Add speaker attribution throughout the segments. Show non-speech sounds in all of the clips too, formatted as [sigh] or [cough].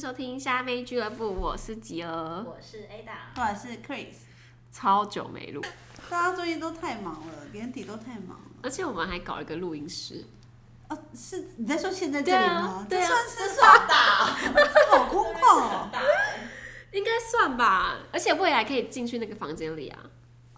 Speaker 1: 收听虾妹俱乐部，我是吉儿，
Speaker 2: 我是 Ada，
Speaker 3: 或者是 Chris，
Speaker 1: 超久没录，
Speaker 3: 大家最近都太忙了，年底都太忙了。
Speaker 1: 而且我们还搞了个录音室，
Speaker 3: 哦，是你在说现在这里吗？
Speaker 1: 对啊对啊
Speaker 3: 这算是算
Speaker 2: 大，
Speaker 3: [laughs] 这好空旷哦。
Speaker 2: 大，
Speaker 1: 应该算吧。而且未来可以进去那个房间里啊。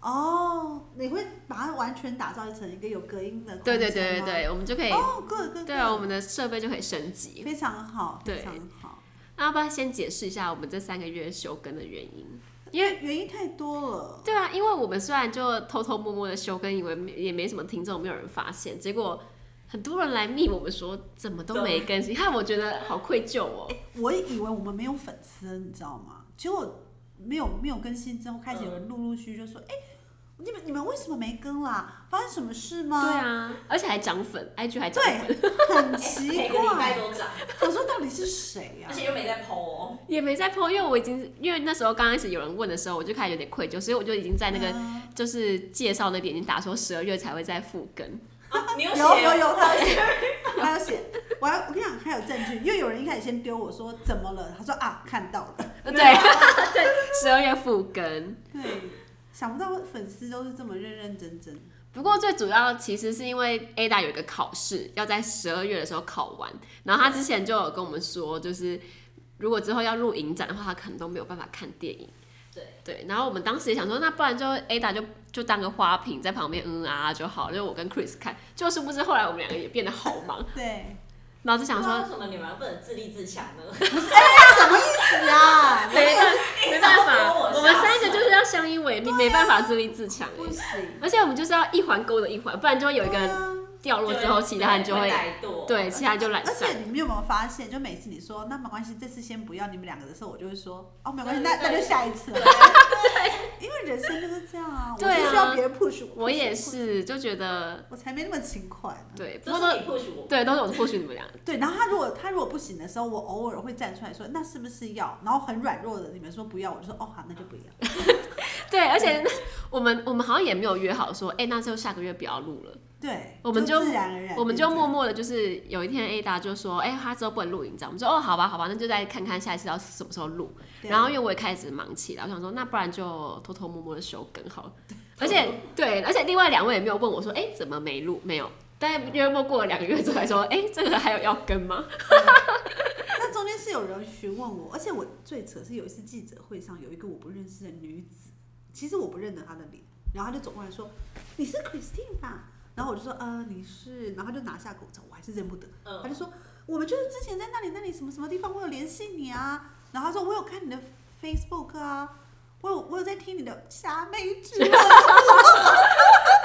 Speaker 3: 哦，你会把它完全打造成一个有隔音的空
Speaker 1: 对
Speaker 3: 间
Speaker 1: 对对对
Speaker 3: 吗
Speaker 1: 对，我们就可以，
Speaker 3: 哦，各各
Speaker 1: 对啊，我们的设备就可以升级。
Speaker 3: 非常好，
Speaker 1: 对
Speaker 3: 非常好。
Speaker 1: 那要不要先解释一下我们这三个月休更的原因？因
Speaker 3: 因
Speaker 1: 为
Speaker 3: 为原因太多了，
Speaker 1: 对啊，因为我们虽然就偷偷摸摸的休更，以为没也没什么听众，没有人发现，结果很多人来密我们说怎么都没更新，害我觉得好愧疚哦。
Speaker 3: 我以为我们没有粉丝，你知道吗？结果没有没有更新之后，开始有人陆陆续续就
Speaker 1: 嗯
Speaker 3: 说，哎、你们你们为什么没更啦？发生什么事吗？
Speaker 1: 对啊，而且还涨粉，IG 还涨粉，
Speaker 3: 对，很奇
Speaker 2: 每个礼拜
Speaker 3: 怪。
Speaker 2: 都涨，
Speaker 3: 我说到底是谁啊
Speaker 2: 而？且又没在 PO 哦，
Speaker 1: 也没在 PO，因为我已经因为那时候刚开始有人问的时候，我就开始有点愧疚，所以我就已经在那个
Speaker 3: 嗯
Speaker 1: 就是介绍那边已经打说十二月才会再复更。
Speaker 2: 啊你有
Speaker 3: 有
Speaker 2: 写
Speaker 3: 有
Speaker 2: 哦
Speaker 3: 有，他有写，他有写。我还我跟你讲，还有证据，因为有人一开始先丢我说怎么了，他说啊看到了。
Speaker 1: 呃对 [laughs] 对，十二月复更。
Speaker 3: 对，想不到粉丝都是这么认认真真。
Speaker 1: 不过最主要其实是因为 Ada 有一个考试要在十二月的时候考完，然后他之前就有跟我们说，就是如果之后要录影展的话，他可能都没有办法看电影。
Speaker 2: 对，
Speaker 1: 对，然后我们当时也想说，那不然就 Ada 就就当个花瓶在旁边嗯啊啊就好，就我跟 Chris 看，就是不知后来我们两个也变得好忙，
Speaker 3: 对，
Speaker 1: 然后就想
Speaker 2: 不知道
Speaker 1: 说
Speaker 2: 为什么你们不能自立自强呢？
Speaker 3: 什么意思啊？
Speaker 1: 没办没
Speaker 2: [laughs]
Speaker 1: 办
Speaker 2: 然后
Speaker 1: 法，
Speaker 2: 我
Speaker 1: 我们
Speaker 2: 吓
Speaker 1: 三
Speaker 2: 死
Speaker 1: 个就是要相依为命，没办法自立自强欸，
Speaker 3: 啊不行，
Speaker 1: 而且我们就是要一环勾着一环，不然就会有一个
Speaker 3: 对
Speaker 1: 人
Speaker 3: 啊
Speaker 1: 掉落之后，其他人就会
Speaker 2: 怠惰，
Speaker 1: 对，其他人就懒
Speaker 3: 而
Speaker 1: 散
Speaker 3: 且。你们有没有发现，就每次你说那没关系，这次先不要你们两个的时候，我就会说哦没关系，那
Speaker 2: 对对
Speaker 3: 那
Speaker 2: 对
Speaker 3: 就下一次了。因为人生就是这样啊，我
Speaker 1: 对啊
Speaker 3: 是需要别人 push 我，
Speaker 1: 我也，是，就觉得
Speaker 3: 我才没那么勤快呢。
Speaker 1: 对，不
Speaker 2: 都
Speaker 1: 过
Speaker 2: 是
Speaker 1: 都
Speaker 2: 你 push 我，
Speaker 1: 对，都是我或许你们俩，
Speaker 3: 对，然后他如果他如果不行的时候，我偶尔会站出来说那是不是要？然后很软弱的你们说不要，我就说哦好，那就不要。
Speaker 1: 对，而且我们我们好像也没有约好说，哎、那就下个月不要录了，
Speaker 3: 对，
Speaker 1: 我们就
Speaker 3: 自然而然，
Speaker 1: 我们就默。默的，就是有一天 A 达就说，哎、他之后不能录影，这样我们说，哦，好吧，好吧，那就再看看下一次要什么时候录。
Speaker 3: 对
Speaker 1: 然后因为我也开始忙起来，我想说，那不然就偷偷摸摸的修更好
Speaker 3: [laughs]
Speaker 1: 了。而且对，而且另外两位也没有问我说，哎、怎么没录？没有。但约莫过了两个月之后，还说，哎、这个还有要跟吗？
Speaker 3: 那中间是有人询问我，而且我最扯是有一次记者会上有一个我不认识的女子，其实我不认得她的脸，然后她就走过来说：“你是 Christine 吧？”然后我就说：“呃，你是。”然后她就拿下口罩，我还是认不得。她
Speaker 2: 嗯，
Speaker 3: 就说：“我们就是之前在那里那里什么什么地方，我有联系你啊。”然后她说：“我有看你的 Facebook 啊，我有我有在听你的虾妹剧。”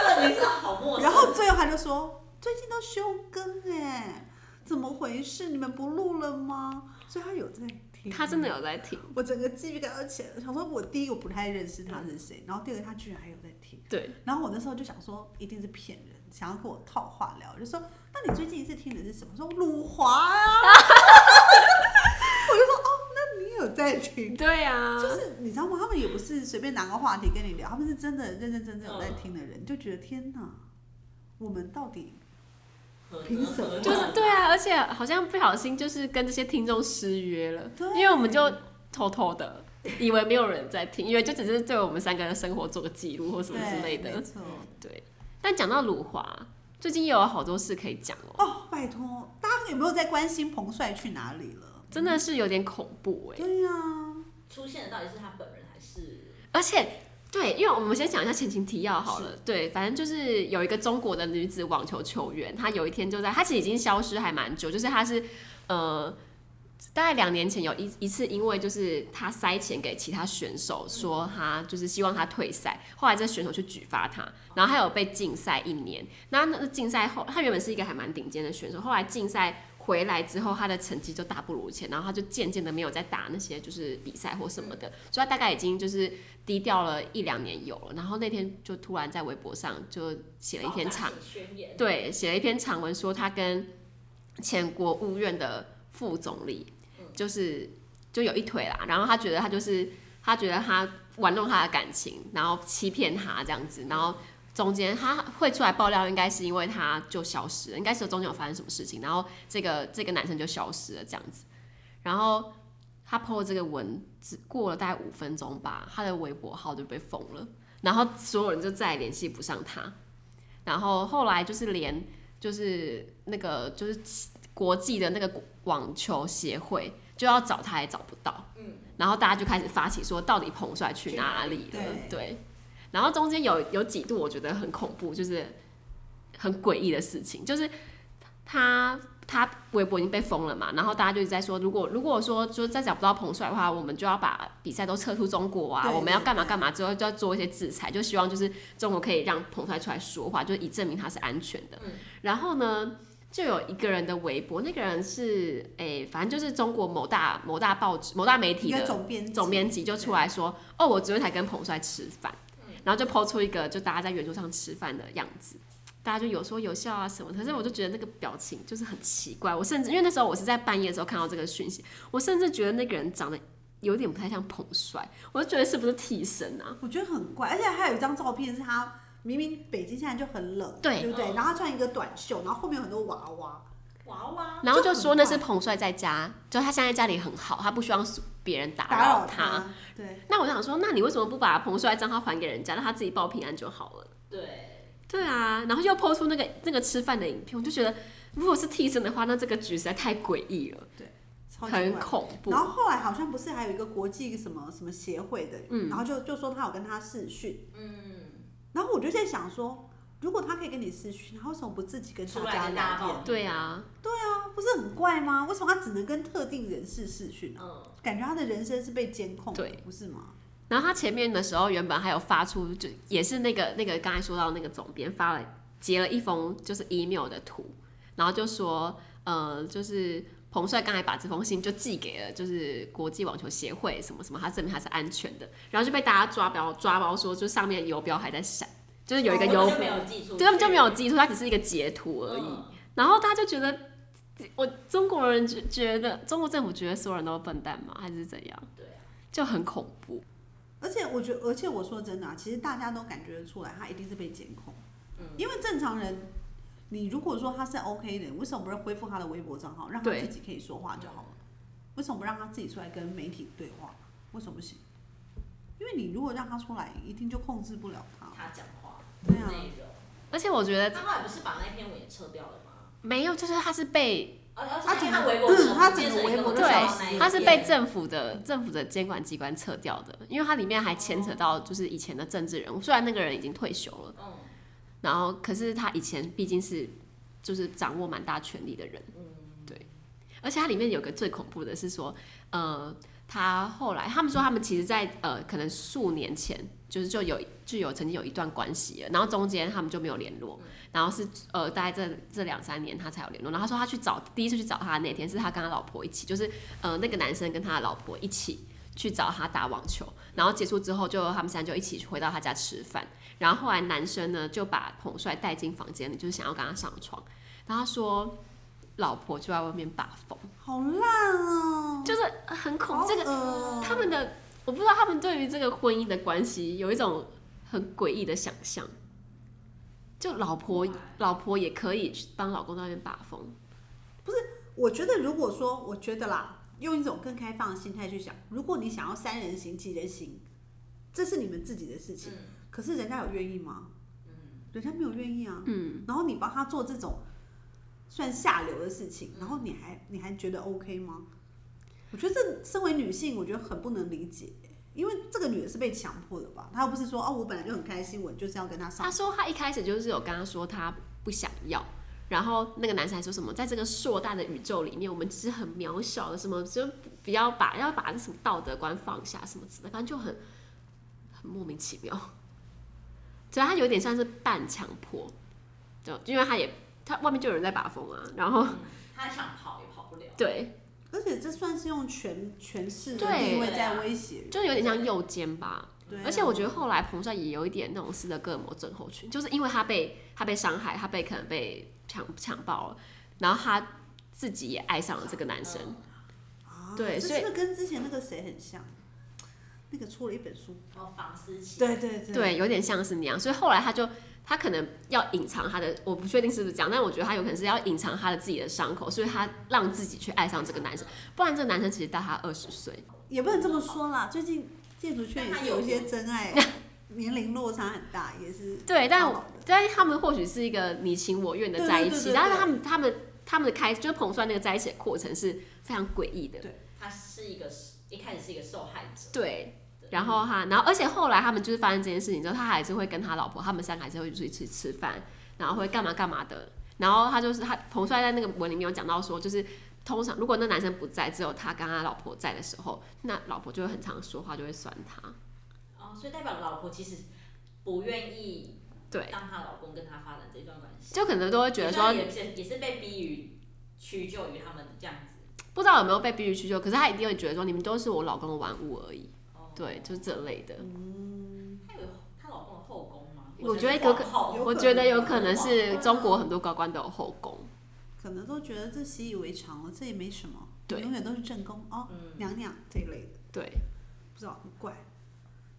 Speaker 2: 这名字好陌生
Speaker 3: 然，后最后他就说，最近都休更哎，怎么回事？你们不录了吗？所以他有在听，
Speaker 1: 他真的。有在听，
Speaker 3: 我整个鸡皮疙瘩起来，我想说我第一个不太认识他是谁，然后第二个他居然还有在听，
Speaker 1: 对，
Speaker 3: 然后我那时候就想说一定是骗人，想要跟我套话聊，我就说那你最近一次听的是什么？我说辱华啊， [laughs] 我就说哦，那你有在听？
Speaker 1: 对呀、
Speaker 3: 就是你知道吗？他们也不是随便拿个话题跟你聊，他们是真的认认真真有在
Speaker 2: 嗯
Speaker 3: 听的人，就觉得天哪，我们到底
Speaker 2: 呵呵
Speaker 3: 凭什么
Speaker 1: 就是对啊，而且好像不小心就是跟这些听众失约了，
Speaker 3: 对
Speaker 1: 因为我们就偷偷的以为没有人在听，因为就只是对我们三个人的生活做个记录或什么之类
Speaker 3: 对没
Speaker 1: 的。
Speaker 3: 错。
Speaker 1: 但讲到鲁华，最近也有好多事可以讲哦，
Speaker 3: 哦，拜托，大家有没有在关心彭帅去哪里了？
Speaker 1: 真的是有点恐怖哎、
Speaker 3: 对呀、啊，
Speaker 2: 出现的到底是他本人还是
Speaker 1: 而且。对，因为我们先讲一下前情提要好了。对，反正就是有一个中国的女子网球球员，她有一天就在，她其实已经消失还蛮久，就是她是呃，大概两年前有一一次，因为就是她塞钱给其他选手，说她就是希望她退赛，后来这选手去举发她，然后她有被禁赛一年。那那禁赛后，她原本是一个还蛮顶尖的选手，后来禁赛。回来之后，她的成绩就大不如前，然后她就渐渐的没有再打那些就是比赛或什么的，所以她大概已经就是低调了一两年有了。然后那天就突然在微博上就写了一篇长
Speaker 2: 爆炸性宣言？
Speaker 1: 对，写了一篇长文说他跟前国务院的副总理就是就有一腿啦，然后他觉得他就是他觉得他玩弄他的感情，然后欺骗他这样子，然后中间他会出来爆料，应该是因为他就消失了，应该是中间有发生什么事情，然后这个这个男生就消失了这样子，然后他 PO 的这个文只过了大概五分钟吧，他的微博号就被封了，然后所有人就再也联系不上他。然后后来就是连就是那个就是国际的那个网球协会就要找他也找不到，
Speaker 2: 嗯，
Speaker 1: 然后大家就开始发起说到底彭帅去哪里了？对。然后中间有有几度我觉得很恐怖，就是很诡异的事情，就是他他微博已经被封了嘛，然后大家就一直在说，如果如果说就是再找不到彭帅的话，我们就要把比赛都撤出中国啊，
Speaker 3: 对
Speaker 1: 我们要干嘛
Speaker 3: 对对
Speaker 1: 干嘛之后就要做一些制裁，就希望就是中国可以让彭帅出来说话，就以证明他是安全的。
Speaker 2: 嗯
Speaker 1: 然后呢，就有一个人的微博，那个人是诶、反正就是中国某大某大报纸、某大媒体
Speaker 3: 一个
Speaker 1: 的
Speaker 3: 总编辑
Speaker 1: 总编辑就出来说：“哦，我昨天才跟彭帅吃饭。”然后就抛出一个就大家在圆桌上吃饭的样子，大家就有说有笑啊什么。可是我就觉得那个表情就是很奇怪，我甚至因为那时候我是在半夜的时候看到这个讯息，我甚至觉得那个人长得有点不太像彭帅，我就觉得是不是替身啊？
Speaker 3: 我觉得很怪，而且还有一张照片是他明明北京现在就很冷，
Speaker 1: 对
Speaker 3: 对不对？
Speaker 2: 嗯
Speaker 3: 然后他穿一个短袖，然后后面有很多娃娃，
Speaker 2: 娃娃，
Speaker 1: 然后啊就说那是彭帅在家，就他现在在家里很好，他不希望别人打
Speaker 3: 打
Speaker 1: 扰
Speaker 3: 扰
Speaker 1: 他。
Speaker 3: 他，对，
Speaker 1: 那我想说，那你为什么不把彭帅账号还给人家，让他自己报平安就好了？
Speaker 2: 对，
Speaker 1: 对啊，然后又抛出那个那个吃饭的影片，我就觉得，如果是替身的话，那这个局实在太诡异了，
Speaker 3: 超级
Speaker 1: 很
Speaker 3: 怪。
Speaker 1: 恐怖
Speaker 3: 然。后后来好像不是还有一个国际什么什么协会的，
Speaker 1: 嗯
Speaker 3: 然后就就说他有跟他视讯，
Speaker 2: 嗯，
Speaker 3: 然后我就在想说，如果他可以跟你视讯，他为什么不自己跟
Speaker 2: 出
Speaker 3: 大
Speaker 2: 来
Speaker 3: 家
Speaker 2: 跟大家
Speaker 3: 聊
Speaker 2: 报
Speaker 3: 天？
Speaker 1: 对啊，
Speaker 3: 他不是很怪吗？为什么他只能跟特定人士视讯啊？
Speaker 2: 嗯，
Speaker 3: 感觉他的人生是被监控的
Speaker 1: 对，
Speaker 3: 不是吗？
Speaker 1: 然后他前面的时候原本还有发出，就也是那个那个刚才说到那个总编发了截了一封就是 email 的图，然后就说，呃，就是彭帅刚才把这封信就寄给了就是国际网球协会什么什么，他证明他是安全的，然后就被大家抓包抓包说，就上面游标还在闪，就是有一个
Speaker 3: 哦
Speaker 2: 他
Speaker 1: 游
Speaker 2: 们就没有记住，
Speaker 1: 对他们就没有记住，它只是一个截图而已。
Speaker 2: 嗯
Speaker 1: 然后大家就觉得，我中国人觉觉得中国政府觉得所有人都是笨蛋吗？还是怎样？
Speaker 2: 对啊，
Speaker 1: 就很恐怖。
Speaker 3: 而且我觉得，而且我说真的啊，其实大家都感觉得出来，他一定是被监控。
Speaker 2: 嗯
Speaker 3: 因为正常人，你如果说他是 OK 的，为什么不恢复他的微博账号，让他
Speaker 1: 对
Speaker 3: 自己可以说话就好了？为什么不让他自己出来跟媒体对话？为什么不行？因为你如果让他出来，一定就控制不了他。
Speaker 2: 他讲话
Speaker 3: 对啊，
Speaker 2: 内容，
Speaker 1: 而且我觉得
Speaker 2: 他后来不是把那篇文也撤掉了吗？
Speaker 1: 没有，就是他是被
Speaker 2: 而而且
Speaker 3: 他整个
Speaker 2: 他微博
Speaker 3: 嗯
Speaker 2: 不是
Speaker 3: 他整个
Speaker 2: 变成一
Speaker 3: 微博
Speaker 2: 文
Speaker 3: 就
Speaker 1: 对
Speaker 2: 章
Speaker 3: 消失
Speaker 2: 那一
Speaker 3: 了
Speaker 1: 他是
Speaker 2: 篇
Speaker 1: 被政府的政府的监管机关撤掉的，因为它里面还牵扯到就是以前的政治人物，虽然那个人已经退休了，
Speaker 2: 嗯
Speaker 1: 然后可是他以前毕竟是就是掌握蛮大权力的人，对，而且它里面有个最恐怖的是说，呃，他后来他们说他们其实在呃可能数年前就是就有就有曾经有一段关系了，然后中间他们就没有联络，然后是呃大概这这两三年他才有联络，然后他呃说他去找第一次去找他的那天是他跟他老婆一起，就是呃那个男生跟他的老婆一起。去找他打网球，然后结束之后就他们三就一起回到他家吃饭，然后后来男生呢就把彭帅带进房间里，就是想要跟他上床，然后他说老婆就在外面把风，
Speaker 3: 好烂哦、
Speaker 1: 就是很恐
Speaker 3: 好
Speaker 1: 这个
Speaker 3: 恶哦
Speaker 1: 他们的，我不知道他们对于这个婚姻的关系有一种很诡异的想象，就老婆
Speaker 2: Why？
Speaker 1: 老婆也可以去帮老公在外面把风，
Speaker 3: 我觉得，如果说，我觉得啦，用一种更开放的心态去想，如果你想要三人行、几人行，这是你们自己的事情。
Speaker 2: 嗯
Speaker 3: 可是人家有愿意吗？人家没有愿意啊。
Speaker 1: 嗯，
Speaker 3: 然后你帮他做这种算下流的事
Speaker 1: 嗯
Speaker 3: 情，然后你还你还觉得 OK 吗？我觉得这身为女性，我觉得很不能理解，因为这个女的是被强迫的吧？她又不是说哦，我本来就很开心，我就是要跟他上
Speaker 1: 他。说他一开始就是有跟他说他不想要，然后那个男生还说什么，在这个硕大的宇宙里面，我们只是很渺小的，什么就不要把要把什么道德观放下什么之类，反正就很很莫名其妙。 [laughs] 所以他有点像是半强迫，就因为他也他外面就有人在把风啊，然后
Speaker 2: 嗯他想跑也跑不了，
Speaker 1: 对，
Speaker 3: 而且这算是用权权势的
Speaker 1: 对
Speaker 3: 地位在威胁人。
Speaker 1: 就有点像右肩吧。
Speaker 3: 对啊、
Speaker 1: 而且我觉得后来彭帅也有一点那种斯德哥尔摩症候群，就是因为他被他被伤害，他被可能被强强暴了，然后他自己也爱上了这个男生。
Speaker 2: 嗯
Speaker 3: 啊，
Speaker 1: 对
Speaker 3: 这
Speaker 1: 所以
Speaker 3: 是不是跟之前那个谁很像？那个出了一本书，
Speaker 2: 嗯然后房思琪，
Speaker 3: 对对对，
Speaker 1: 对，有点像是那样。所以后来他就他可能要隐藏他的，我不确定是不是这样，但我觉得他有可能是要隐藏他的自己的伤口，所以他让自己去爱上这个男生。不然这个男生其实大他二十岁，
Speaker 3: 也不能这么说啦。最近建筑圈也是有一些真爱，
Speaker 1: [laughs]
Speaker 3: 年龄落差很大，也是
Speaker 1: 对，哎但
Speaker 3: 蛮
Speaker 1: 我
Speaker 3: 好的
Speaker 1: 但是他们或许是一个你情我愿的在一起，
Speaker 3: 哦对对对对对
Speaker 1: 但是他们他们他们的开就是彭帅那个在一起的过程是非常诡异的，
Speaker 2: 他是一个一开始是一个受害者，
Speaker 1: 对。嗯然后哈，然后而且后来他们就是发生这件事情之后，他还是会跟他老婆，他们三个还是会出去吃吃饭，然后会干嘛干嘛的。然后他就是他彭帅在那个文里面有讲到说，就是通常如果那男生不在，只有他跟他老婆在的时候，那老婆就会很常说话，就会酸他。
Speaker 2: 哦，所以代表老婆其实不愿意
Speaker 1: 对，
Speaker 2: 让她老公跟她发展这段关系，
Speaker 1: 就可能都会觉得
Speaker 2: 所
Speaker 1: 说
Speaker 2: 以，也是也是被逼于屈就于他们这样子，
Speaker 1: 不知道有没有被逼于需求，可是他一定会觉得说，你们都是我老公的玩物而已。
Speaker 2: 哦，
Speaker 1: 对，就是这类的。
Speaker 2: 她有她老公的后宫吗？
Speaker 1: 我觉
Speaker 2: 觉
Speaker 1: 得
Speaker 2: 有
Speaker 1: 有可
Speaker 2: 后
Speaker 3: 有
Speaker 1: 我觉得有可能是中国很多高官都有后宫。
Speaker 3: 可能都觉得这习以为常了，这也没什么，
Speaker 1: 对
Speaker 3: 永远都是正宫哦，
Speaker 2: 嗯，
Speaker 3: 娘娘这一类的，
Speaker 1: 对，
Speaker 3: 不知道很怪，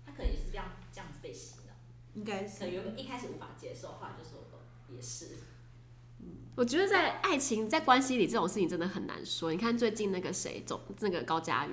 Speaker 2: 她可能也是这样这样子被洗脑，
Speaker 3: 应
Speaker 2: 可
Speaker 3: 该
Speaker 2: 能
Speaker 3: 是
Speaker 2: 原本一开始无法接受，后来就说哦也是，
Speaker 1: 我觉得在爱情、在关系里这种事情真的很难说。你看最近那个谁，总那个高佳瑜，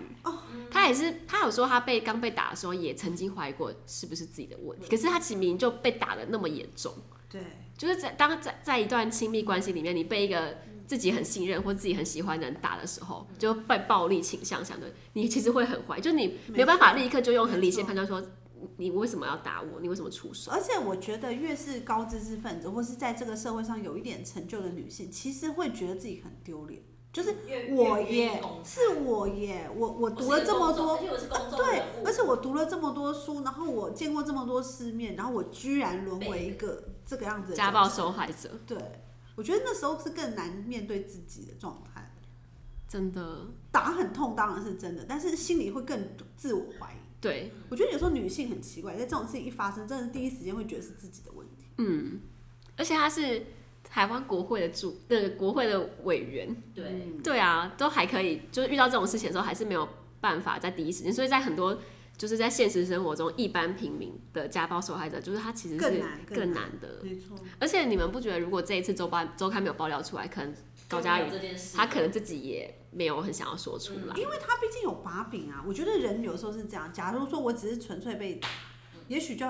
Speaker 1: 他也是，他有说他被刚被打的时候，也曾经怀疑过是不是自己的问题。可是他其实明明就被打的那么严重，
Speaker 3: 对，
Speaker 1: 就是在当在在一段亲密关系里面，你被一个自己很信任或自己很喜欢的人打的时候，就被暴力倾向相对，你其实会很怀疑，就是你没有办法立刻就用很理性判断说你你为什么要打我，你为什么出手。
Speaker 3: 而且我觉得越是高知识分子，或是在这个社会上有一点成就的女性，其实会觉得自己很丢脸，就是
Speaker 2: 越
Speaker 3: 我
Speaker 2: 越愿意
Speaker 3: 耶
Speaker 2: 公，开
Speaker 3: 是我耶，我我
Speaker 2: 我
Speaker 3: 读了这么多
Speaker 2: 是一个公众而且我是公
Speaker 4: 哦
Speaker 2: 众
Speaker 3: 对
Speaker 2: 人物，
Speaker 3: 而且我读了这么多书，然后我见过这么多世面，然后我居然沦为一个这个样子的
Speaker 1: 家暴
Speaker 3: 角色
Speaker 1: 受害者，
Speaker 3: 对，我觉得那时候是更难面对自己的状态。
Speaker 1: 真的
Speaker 3: 打很痛当然是真的，但是心里会更自我怀疑。
Speaker 1: 对，
Speaker 3: 我觉得有时候女性很奇怪，在这种事情一发生，真的第一时间会觉得是自己的问题。
Speaker 1: 嗯，而且他是台湾国会的主，那个国会的委员，
Speaker 2: 对，
Speaker 3: 嗯
Speaker 1: 对啊，都还可以，就是遇到这种事情的时候，还是没有办法在第一时间，所以在很多就是在现实生活中，一般平民的家暴受害者，就是他其实
Speaker 3: 更
Speaker 1: 是
Speaker 3: 难更
Speaker 1: 更
Speaker 3: 难
Speaker 1: 难的。
Speaker 3: 没错，
Speaker 1: 而且你们不觉得，如果这一次周报周刊没有爆料出来，可能高嘉
Speaker 2: 就没
Speaker 1: 瑜
Speaker 3: 啊
Speaker 2: 有这件事，
Speaker 1: 他可能自己也没有很想要说出来。
Speaker 3: 因为他毕竟有把柄啊。我觉得人有时候是这样，假如说我只是纯粹被打，也许就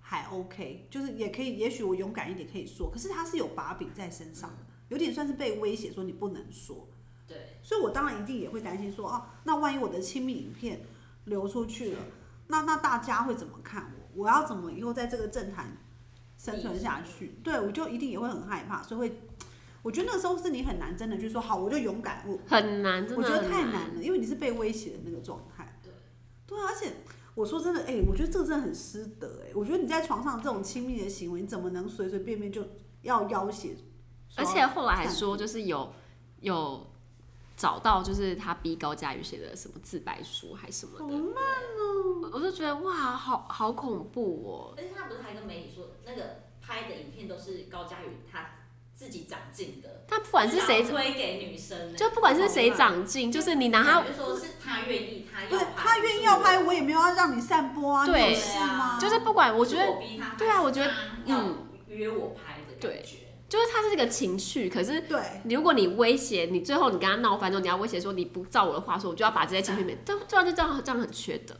Speaker 3: 还 OK，就是也可以，也许我勇敢一点可以说。可是他是有把柄在身上的，有点算是被威胁说你不能说。
Speaker 2: 对，
Speaker 3: 所以我当然一定也会担心说，哦，那万一我的亲密影片流出去了，那那大家会怎么看我？我要怎么以后在这个政坛生存下去？对，我就一定也会很害怕，所以会，我觉得那个时候是你很难真的去说，好，我就勇敢，我
Speaker 1: 很难，真
Speaker 3: 我
Speaker 1: 的
Speaker 3: 觉得
Speaker 1: 很
Speaker 3: 太难了，因为你是被威胁的那个状态。
Speaker 2: 对，
Speaker 3: 对啊，而且我说真的，哎、我觉得这个真的很失德哎、我觉得你在床上这种亲密的行为，你怎么能随随便便就要要挟？
Speaker 1: 而且后来还
Speaker 3: 散
Speaker 1: 说，
Speaker 3: 步
Speaker 1: 就是有有找到，就是他逼高佳瑜写的什么自白书还什么
Speaker 3: 好
Speaker 1: 的，
Speaker 3: 慢
Speaker 1: 我就觉得哇，好好恐怖哦。
Speaker 2: 但是他不是还跟媒体说，那个拍的影片都是高佳宇他自己长进的，
Speaker 1: 他不管是谁，
Speaker 2: 推给女生呢，
Speaker 1: 就不管是谁长进，就是你拿他，
Speaker 2: 就说是他愿意，他
Speaker 3: 不
Speaker 2: 要
Speaker 3: 是
Speaker 2: 拍，
Speaker 3: 他愿意要拍，我也没有要让你散播啊，你
Speaker 1: 对
Speaker 3: 有事吗？
Speaker 1: 就是不管，我
Speaker 2: 不
Speaker 1: 觉
Speaker 2: 是
Speaker 1: 得
Speaker 2: 我逼他拍，
Speaker 1: 对啊我觉得
Speaker 2: 是他要约我拍的感觉，
Speaker 1: 就是他是这个情绪，可是。
Speaker 3: 对，
Speaker 1: 如果你威胁你，最后你跟他闹翻之后，你要威胁说你不照我的话说，我就要把这些情绪免，这这样就这样这样很缺德。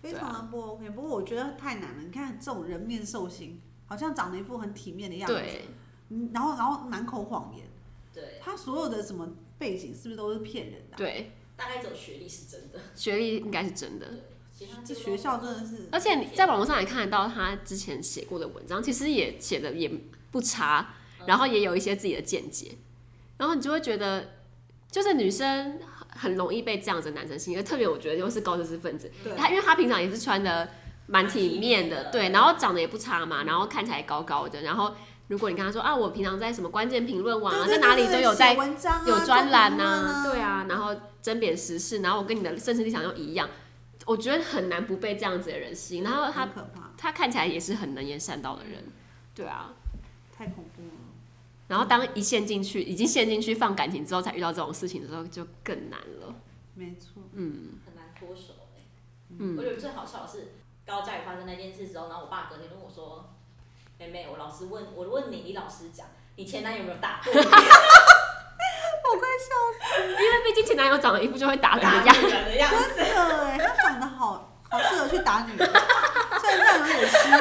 Speaker 3: 非
Speaker 1: 啊
Speaker 3: 常的不 OK。不过我觉得太难了，你看这种人面兽心，好像长得一副很体面的样子，
Speaker 1: 对，
Speaker 3: 嗯然后然后满口谎言，
Speaker 2: 对，
Speaker 3: 他所有的什么背景是不是都是骗人的啊、
Speaker 1: 对，
Speaker 2: 大概只有学历是真的，
Speaker 1: 学历应该是真的。
Speaker 2: 其他这
Speaker 3: 这学校真的是，
Speaker 1: 而且你在网络上也看得到他之前写过的文章，其实也写的也不差，
Speaker 3: 嗯
Speaker 1: 然后也有一些自己的见解，然后你就会觉得，就是女生很很容易被这样子的男生吸引，而特别我觉得又是高知识分子，
Speaker 2: 嗯
Speaker 3: 对
Speaker 1: 他因为他平常也是穿的蛮体
Speaker 2: 蛮体
Speaker 1: 面的，
Speaker 2: 面的
Speaker 1: 对，然后长得也不差嘛，然后看起来高高的，然后如果你跟他说啊，我平常在什么关键评论网啊，
Speaker 3: 对
Speaker 1: 在哪里都有在
Speaker 3: 写文章啊，
Speaker 1: 有专栏
Speaker 3: 呐、
Speaker 1: 呐、对，啊，然后甄别时事，然后我跟你的政治立场又一样，我觉得很难不被这样子的人吸引。然后他
Speaker 3: 很可怕，
Speaker 1: 他看起来也是很能言善道的人，对啊。
Speaker 3: 太恐怖了。
Speaker 1: 然后当一陷进去，已经陷进去放感情之后，才遇到这种事情的时候，就更难了。
Speaker 3: 没错，
Speaker 2: 很难脱手哎，
Speaker 1: 嗯
Speaker 2: 我觉得最好笑的是高佳宇发生那件事之后，然后我爸隔天跟我说：“妹妹，我老师问我问你，你老实讲，你前男友有没有打过你？
Speaker 1: 因为毕竟前男友长得一副就会打人 [laughs] 的
Speaker 2: 打
Speaker 1: 样子。
Speaker 2: 女人的样子？”
Speaker 3: 真的哎，他长得好好适合去打女人，虽然这样有点失礼。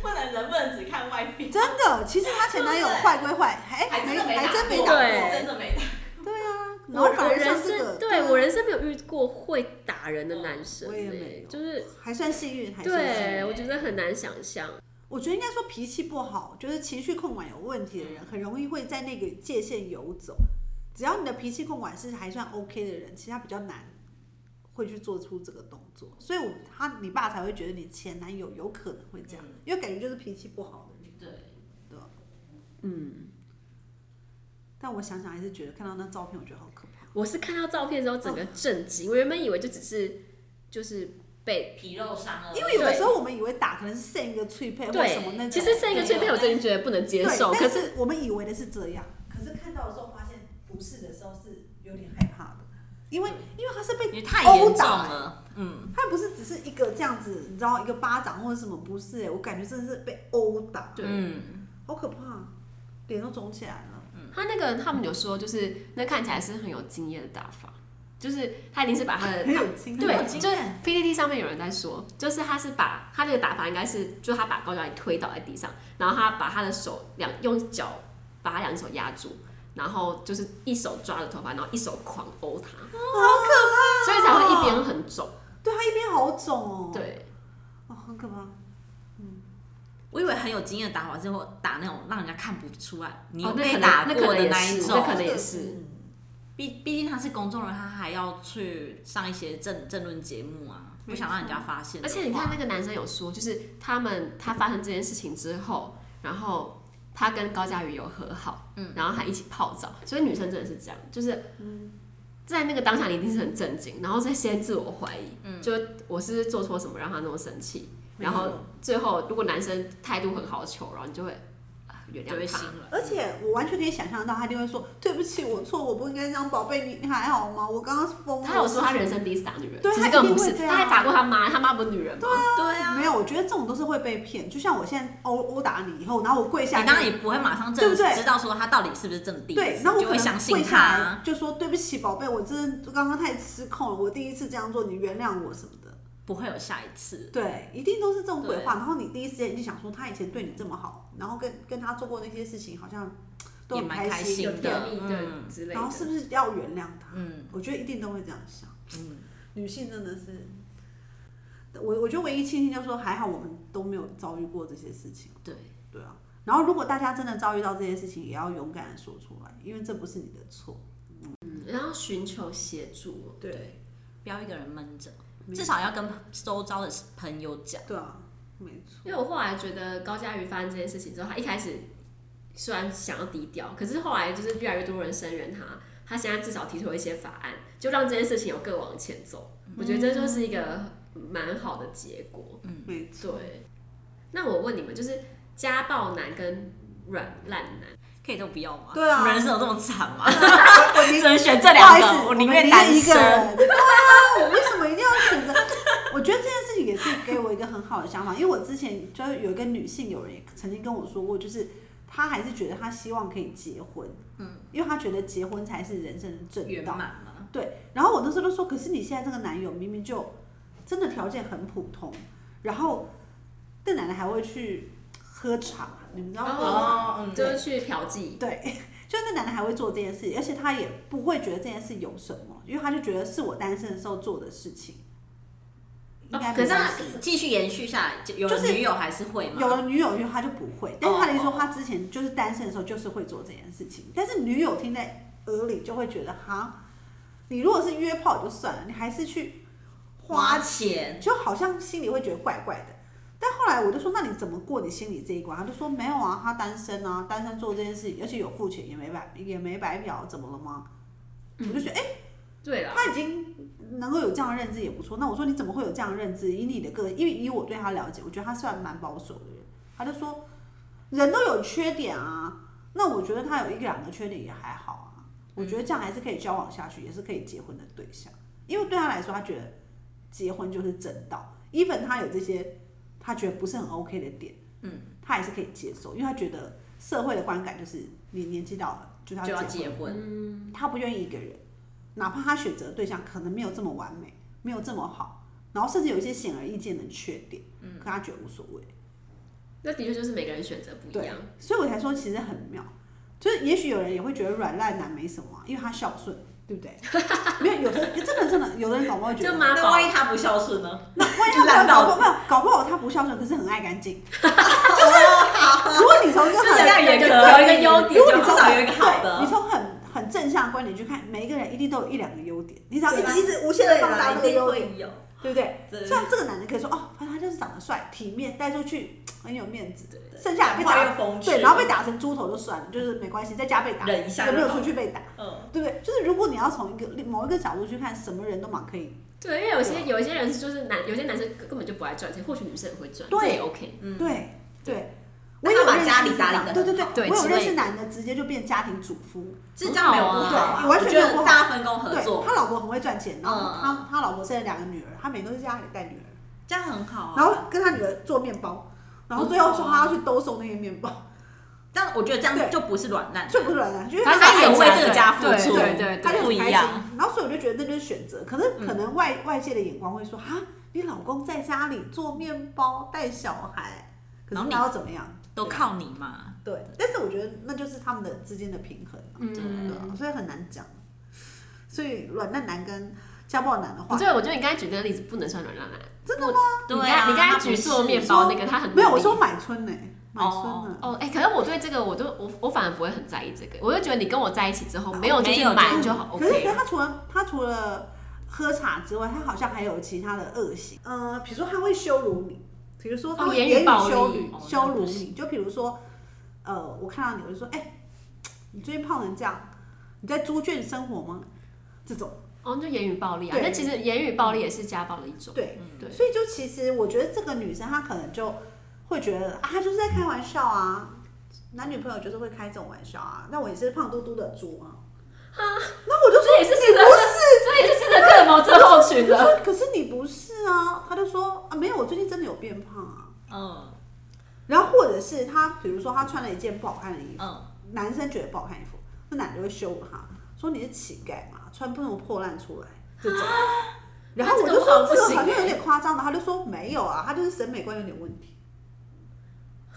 Speaker 2: 不能人不能只看外表，
Speaker 3: 真的，其实她前男友坏归坏，哎，
Speaker 2: 还真
Speaker 3: 没
Speaker 2: 的没
Speaker 3: 还真没
Speaker 2: 过
Speaker 3: 打
Speaker 1: 对
Speaker 3: 过。
Speaker 2: 真的没打。
Speaker 3: 对啊，然
Speaker 1: 我
Speaker 3: 后反
Speaker 1: 我
Speaker 3: 而像
Speaker 1: 人
Speaker 3: 这个，
Speaker 1: 生对
Speaker 3: 啊哦
Speaker 1: 我人生没有遇过会打人的男生、
Speaker 3: 我也没
Speaker 1: 欸，
Speaker 3: 有
Speaker 1: 就是
Speaker 3: 还算幸运，还算幸运。
Speaker 1: 对我觉得很难想象。
Speaker 3: 我觉得应该说脾气不好，就是情绪控管有问题的人，很容易会在那个界限游走。只要你的脾气控管是还算 OK 的人，其实他比较难会去做出这个动作。所以我他你爸才会觉得你前男友有可能会这样，因为感觉就是脾气不好的人。
Speaker 2: 对，
Speaker 1: 嗯，
Speaker 3: 但我想想还是觉得看到那照片，我觉得好可怕。
Speaker 1: 我是看到照片之后整
Speaker 3: 哦
Speaker 1: 个震惊，我原本以为就只是就是被
Speaker 2: 皮肉伤了，
Speaker 3: 因为有的时候我们以为打可能是剩一个脆配或什么那
Speaker 1: 对，
Speaker 3: 种，
Speaker 1: 其实剩一个碎片我真的觉得不能接受，
Speaker 3: 对
Speaker 1: 可
Speaker 3: 但
Speaker 1: 是
Speaker 3: 是我们以为的是这样，可是看到的时候发现不是的时候是有点害怕的，因为因为他是被
Speaker 2: 你太
Speaker 3: 殴
Speaker 2: 严重
Speaker 3: 打、
Speaker 4: 欸
Speaker 2: 了，嗯，
Speaker 3: 他不是只是一个这样子，你知道一个巴掌或者什么，不是、欸，我感觉真的是被殴打，
Speaker 1: 对
Speaker 2: 嗯，
Speaker 3: 好可怕，脸都肿起来了。
Speaker 1: 他那个他们有说就是那看起来是很有经验的打法，就是他一定是把他的
Speaker 3: 很有经
Speaker 1: 对
Speaker 3: 验，
Speaker 1: 就是 PPT 上面有人在说，就是他是把他那个打法应该是，就是他把高脚椅推倒在地上，然后他把他的手两用脚把他两只手压住，然后就是一手抓着头发，然后一手狂殴他，
Speaker 3: 哦
Speaker 1: 所以才会一边很肿。
Speaker 3: 对他一边好肿哦，，
Speaker 1: 对，
Speaker 3: 哦，很可怕。
Speaker 4: 我以为很有经验的打法是会打那种让人家看不出来你
Speaker 1: 哦
Speaker 4: 有
Speaker 1: 那
Speaker 4: 被
Speaker 1: 可能
Speaker 4: 打
Speaker 1: 那
Speaker 4: 过
Speaker 1: 可能
Speaker 4: 的
Speaker 1: 也
Speaker 4: 那一
Speaker 1: 是哦
Speaker 4: 种
Speaker 1: 那，可能也
Speaker 3: 这个
Speaker 1: 是
Speaker 4: 毕毕竟他是公众人，他还要去上一些政政论节目啊，
Speaker 3: 没
Speaker 4: 不想让人家
Speaker 3: 错
Speaker 4: 发现的
Speaker 1: 而
Speaker 4: 话。
Speaker 1: 且你看那个男生有说，就是他们他发生这件事情之后，然后他跟高佳宇有和好，嗯，然后还一起泡澡，所以女生真的是这样，就是在那个当下你一定是很震惊，然后再先自我怀疑，嗯，就我是不是做错什么让他那么生气，然
Speaker 3: 没
Speaker 1: 后
Speaker 3: 错
Speaker 1: 最后如果男生态度很好求，然后你就会啊原
Speaker 4: 就会
Speaker 1: 谅
Speaker 4: 心
Speaker 1: 他。
Speaker 4: 软，
Speaker 3: 而且我完全可以想象到，他一定会说：“对不起，我错，我不应该这样，宝贝，你你还好吗？我刚刚疯了。”
Speaker 1: 他有说他人生第一次打女人，
Speaker 3: 对
Speaker 1: 其
Speaker 3: 他
Speaker 1: 实
Speaker 3: 一
Speaker 1: 根本
Speaker 3: 定
Speaker 1: 不
Speaker 3: 会
Speaker 1: 是，
Speaker 3: 这样
Speaker 1: 他还打过他妈，他妈不是女人吗？
Speaker 4: 对啊，
Speaker 3: 没有，我觉得这种都是会被骗。就像我现在殴哦殴打你以后，然后我跪下来，
Speaker 4: 你当然也不会马上
Speaker 3: 对
Speaker 4: 证
Speaker 3: 不对
Speaker 4: 知道说他到底是不是真的第一
Speaker 3: 对，
Speaker 4: 次
Speaker 3: 然后我
Speaker 4: 就
Speaker 3: 可
Speaker 4: 会
Speaker 3: 能
Speaker 4: 相
Speaker 3: 跪
Speaker 4: 信
Speaker 3: 下
Speaker 4: 他
Speaker 3: 来。就说：“对不起，宝贝，我真的刚刚太失控了，我第一次这样做，你原谅我什么的。
Speaker 4: 不会有下一”次，
Speaker 3: 对，一定都是这种鬼话。
Speaker 4: 对
Speaker 3: 然后你第一时间就想说，他以前对你这么好，然后跟跟他做过那些事情，好像都
Speaker 4: 也
Speaker 3: 很
Speaker 4: 蛮开
Speaker 3: 心
Speaker 4: 心
Speaker 1: 有
Speaker 4: 的
Speaker 1: 甜蜜对
Speaker 4: 嗯
Speaker 1: 之类
Speaker 3: 啊然后
Speaker 1: 的。
Speaker 3: 是不是要原谅他？
Speaker 4: 嗯，
Speaker 3: 我觉得一定都会这样想。女性真的是，我我觉得唯一庆幸就是说，还好我们都没有遭遇过这些事情。
Speaker 4: 对，
Speaker 3: 对啊，然后如果大家真的遭遇到这些事情，也要勇敢的说出来，因为这不是你的错。
Speaker 1: 嗯然后寻求协助，
Speaker 4: 对不要一个人闷着，
Speaker 3: 没
Speaker 4: 至少要跟周遭的朋友讲。
Speaker 3: 对啊，没错。
Speaker 1: 因为我后来觉得高佳瑜发生这件事情之后，他一开始虽然想要低调，可是后来就是越来越多人声援他，他现在至少提出了一些法案，就让这件事情有更往前走。
Speaker 3: 嗯
Speaker 1: 我觉得这就是一个蛮好的结果。
Speaker 4: 嗯
Speaker 3: 没错，
Speaker 1: 对，那我问你们，就是家暴男跟软烂男，
Speaker 4: 可以都不要吗？
Speaker 3: 对啊
Speaker 4: 我们人生有这么惨
Speaker 3: [laughs]
Speaker 4: 吗？
Speaker 3: 我
Speaker 4: [laughs] 只
Speaker 3: 宁
Speaker 4: 能选这
Speaker 3: 不好
Speaker 4: 两
Speaker 3: 意
Speaker 4: 个，
Speaker 3: 思，
Speaker 4: 我
Speaker 3: 们
Speaker 4: 宁愿
Speaker 3: 宁
Speaker 4: 单
Speaker 3: 一个 [laughs]
Speaker 4: 身。
Speaker 3: 人。对啊，我为什么一定要选择？我觉得这件事情也是给我一个很好的想法，因为我之前就是有一个女性友人也曾经跟我说过，就是她还是觉得她希望可以结婚，嗯，因为她觉得结婚才是人生的正
Speaker 4: 圆
Speaker 3: 道
Speaker 4: 满。吗？
Speaker 3: 对，然后我那时候都说，可是你现在这个男友明明就真的条件很普通，然后邓奶奶还会去喝茶，你们知道喝茶吗
Speaker 1: 哦
Speaker 4: 嗯
Speaker 1: 就是去嫖妓，
Speaker 3: 对，就那男的还会做这件事，而且他也不会觉得这件事有什么，因为他就觉得是我单身的时候做的事情，应该
Speaker 1: 哦可
Speaker 3: 没
Speaker 1: 是
Speaker 3: 关
Speaker 1: 他
Speaker 3: 系。
Speaker 4: 继续延续下来，就有
Speaker 3: 就是
Speaker 4: 了女友还是会吗？
Speaker 3: 有了女友约他就不会，但是
Speaker 4: 哦
Speaker 3: 他的意思说他之前就是单身的时候就是会做这件事情，但是女友听在耳里就会觉得哈，你如果是约炮也就算了，你还是去花
Speaker 4: 花钱，
Speaker 3: 就好像心里会觉得怪怪的。但后来我就说，那你怎么过你心里这一关？他就说没有啊，他单身啊，单身做这件事情，而且有付钱，也没白也没白嫖，怎么了吗？我就觉得，哎、
Speaker 1: 对啊了，
Speaker 3: 他已经能够有这样的认知也不错。那我说你怎么会有这样的认知？以你的个，因为以我对他了解，我觉得他算蛮保守的人。他就说，人都有缺点啊，那我觉得啊他有一两个缺点也还好啊，我觉得这样还是可以交往下去，也是可以结婚的对象。因为对他来说，他觉得结婚就是正道。even 他有这些他觉得不是很 OK 的点，嗯，他还是可以接受，因为他觉得社会的观感就是你年纪到了就是
Speaker 4: 就
Speaker 3: 要
Speaker 4: 要
Speaker 3: 结婚，
Speaker 4: 结婚，
Speaker 3: 他不愿意一个人，哪怕他选择的对象可能没有这么完美，没有这么好，然后甚至有一些显而易见的缺点，嗯，可他觉得无所谓。
Speaker 1: 那的确就是每个人选择不一样。
Speaker 3: 所以我才说其实很妙，就是也许有人也会觉得软烂男没什么啊、因为他孝顺，对
Speaker 4: [laughs]
Speaker 3: 不对？没有，有的真的真的，有的人搞不好会觉
Speaker 1: 就
Speaker 3: 得，
Speaker 1: 妈
Speaker 4: 那万
Speaker 1: 宝
Speaker 4: 一他不孝顺呢？
Speaker 3: 那万一他
Speaker 4: 懒
Speaker 3: 搞
Speaker 4: 到
Speaker 3: 不好没有搞不好他不孝顺，可是很爱干
Speaker 4: [laughs]
Speaker 3: 净，就是如果你从一个
Speaker 4: 这
Speaker 3: 很
Speaker 4: 样也可以
Speaker 1: 有一个优
Speaker 3: 如
Speaker 1: 点
Speaker 3: 果
Speaker 1: 就
Speaker 3: 你
Speaker 1: 好
Speaker 3: 从
Speaker 4: 至少有一个好的
Speaker 3: 对你从很很正向的观点去看，每一个人一定都有一两个优点，你只要一
Speaker 4: 对啊
Speaker 3: 直一直无限的放大
Speaker 4: 一
Speaker 3: 这个
Speaker 4: 定
Speaker 3: 优点，
Speaker 4: 会有。
Speaker 3: 对不对？
Speaker 4: 对
Speaker 3: 像这个男的可以说哦，反正他就是长得帅、体面，带出去很有面子，
Speaker 4: 对
Speaker 3: 剩下的被
Speaker 4: 啊讲话
Speaker 3: 打
Speaker 4: 又风趣
Speaker 3: 对，然后被打成猪头就算了，就是没关系，在家被打，
Speaker 4: 忍一下
Speaker 3: 有
Speaker 4: 就
Speaker 3: 没有
Speaker 4: 好
Speaker 3: 出去被打？
Speaker 4: 嗯，
Speaker 3: 对不对？就是如果你要从一个某一个角度去看，什么人都蛮可以。
Speaker 1: 对，因为有些有一些人就是男，有些男生根本就不爱赚钱，或许女生很会赚，
Speaker 3: 对
Speaker 1: 这也 OK。
Speaker 3: 对对，我
Speaker 4: 嗯那他
Speaker 3: 有
Speaker 4: 把
Speaker 3: 认识
Speaker 4: 家里
Speaker 3: 是这
Speaker 4: 打理
Speaker 3: 样
Speaker 4: 得
Speaker 3: 对
Speaker 4: 很
Speaker 3: 对对
Speaker 1: 好，对
Speaker 3: 我有
Speaker 1: 之
Speaker 3: 认
Speaker 1: 类
Speaker 3: 识
Speaker 1: 的
Speaker 3: 男的直接就变家庭主夫，
Speaker 4: 这样没有不
Speaker 1: 很好
Speaker 4: 好
Speaker 3: 啊
Speaker 4: 啊，
Speaker 3: 对完全
Speaker 4: 我
Speaker 3: 没
Speaker 4: 觉
Speaker 3: 有不好
Speaker 4: 得大家分工合
Speaker 3: 对
Speaker 4: 作，
Speaker 3: 他老婆很会赚钱，然后
Speaker 4: 嗯
Speaker 3: 他他老婆生了两个女儿，他每个都在家里带女儿，
Speaker 4: 这样很好
Speaker 3: 然
Speaker 4: 啊。
Speaker 3: 后跟他女儿做面包，然后最后说他要去兜售那些面
Speaker 4: [laughs]
Speaker 3: 包，
Speaker 4: 这样我觉得这
Speaker 3: 对
Speaker 4: 样就不是软烂，
Speaker 3: 就不是软烂，就是
Speaker 1: 他
Speaker 3: 他
Speaker 1: 是
Speaker 4: 他也为这个家付
Speaker 1: 对
Speaker 4: 出，
Speaker 1: 对对对
Speaker 3: 他就
Speaker 4: 不
Speaker 3: 很
Speaker 4: 一
Speaker 3: 开心
Speaker 4: 样。
Speaker 3: 然后所以我就觉得这就是选择，可能可能外外界的眼光会说啊，你老公在家里做面包带小孩，可是
Speaker 4: 然
Speaker 3: 你
Speaker 4: 后你
Speaker 3: 要怎么样？
Speaker 4: 都
Speaker 3: 对
Speaker 4: 靠你嘛。
Speaker 3: 对，但是我觉得那就是他们的之间的平衡、啊，对啊
Speaker 1: 嗯，
Speaker 3: 所以很难讲。所以软烂男跟家暴男的
Speaker 1: 不
Speaker 3: 话，
Speaker 1: 对，我觉得你刚才举那个例子不能算软烂男。
Speaker 3: 真的
Speaker 1: 不
Speaker 3: 吗？
Speaker 1: 你
Speaker 4: 对
Speaker 1: 刚
Speaker 4: 啊，
Speaker 1: 才你刚才
Speaker 4: 他不
Speaker 1: 举
Speaker 4: 是
Speaker 1: 做面包那个，他很
Speaker 3: 没有，
Speaker 1: 努
Speaker 3: 我
Speaker 1: 力
Speaker 3: 说买春呢、买春呢、
Speaker 1: 哦，哎、可是我对这个我都我我反而不会很在意这个，我就觉得你跟我在一起之后
Speaker 3: 啊
Speaker 1: 哦没有就
Speaker 4: 没
Speaker 1: 去
Speaker 4: 有
Speaker 1: 买
Speaker 4: 就
Speaker 1: 就好
Speaker 3: 可是，可
Speaker 1: ，OK
Speaker 3: 是。他除了他除了喝茶之外，他好像还有其他的恶行。呃，比如说他会羞辱你，比如说他
Speaker 1: 哦
Speaker 3: 会
Speaker 1: 言语
Speaker 3: 言语
Speaker 1: 暴
Speaker 3: 羞
Speaker 1: 力
Speaker 3: 辱、
Speaker 4: 哦
Speaker 3: 羞
Speaker 4: 那
Speaker 3: 辱
Speaker 4: 不
Speaker 3: 你，就比如说，呃，我看到你，我就说，哎、你最近胖成这样，你在猪圈生活吗？这种。
Speaker 1: 哦，就言语暴力啊，
Speaker 3: 对
Speaker 1: 那其实言语暴力也是家暴的一种。
Speaker 3: 对
Speaker 1: 对
Speaker 3: 所以就其实我觉得这个女生她可能就会觉得啊，她就是在开玩笑啊，男女朋友就是会开这种玩笑啊。那我也是胖嘟嘟的猪啊，啊，那我就说
Speaker 1: 这也是适
Speaker 3: 你
Speaker 1: 得，这也是适得克尔摩症候群
Speaker 3: 不是，我
Speaker 1: 的。
Speaker 3: 说可是你不是啊，她就说啊，没有，我最近真的有变胖啊。
Speaker 4: 嗯
Speaker 3: 然后或者是她，比如说她穿了一件不好看的衣服，
Speaker 4: 嗯，
Speaker 3: 男生觉得不好看衣服，那男的会羞辱她，说你是乞丐嘛，穿不能破烂出来这种。然后我就说
Speaker 1: 啊那这个
Speaker 3: 这
Speaker 1: 我好像不行
Speaker 3: 个好像有
Speaker 1: 欸
Speaker 3: 点夸张的，他就说没有啊，他就是审美观有点问题。
Speaker 1: [laughs]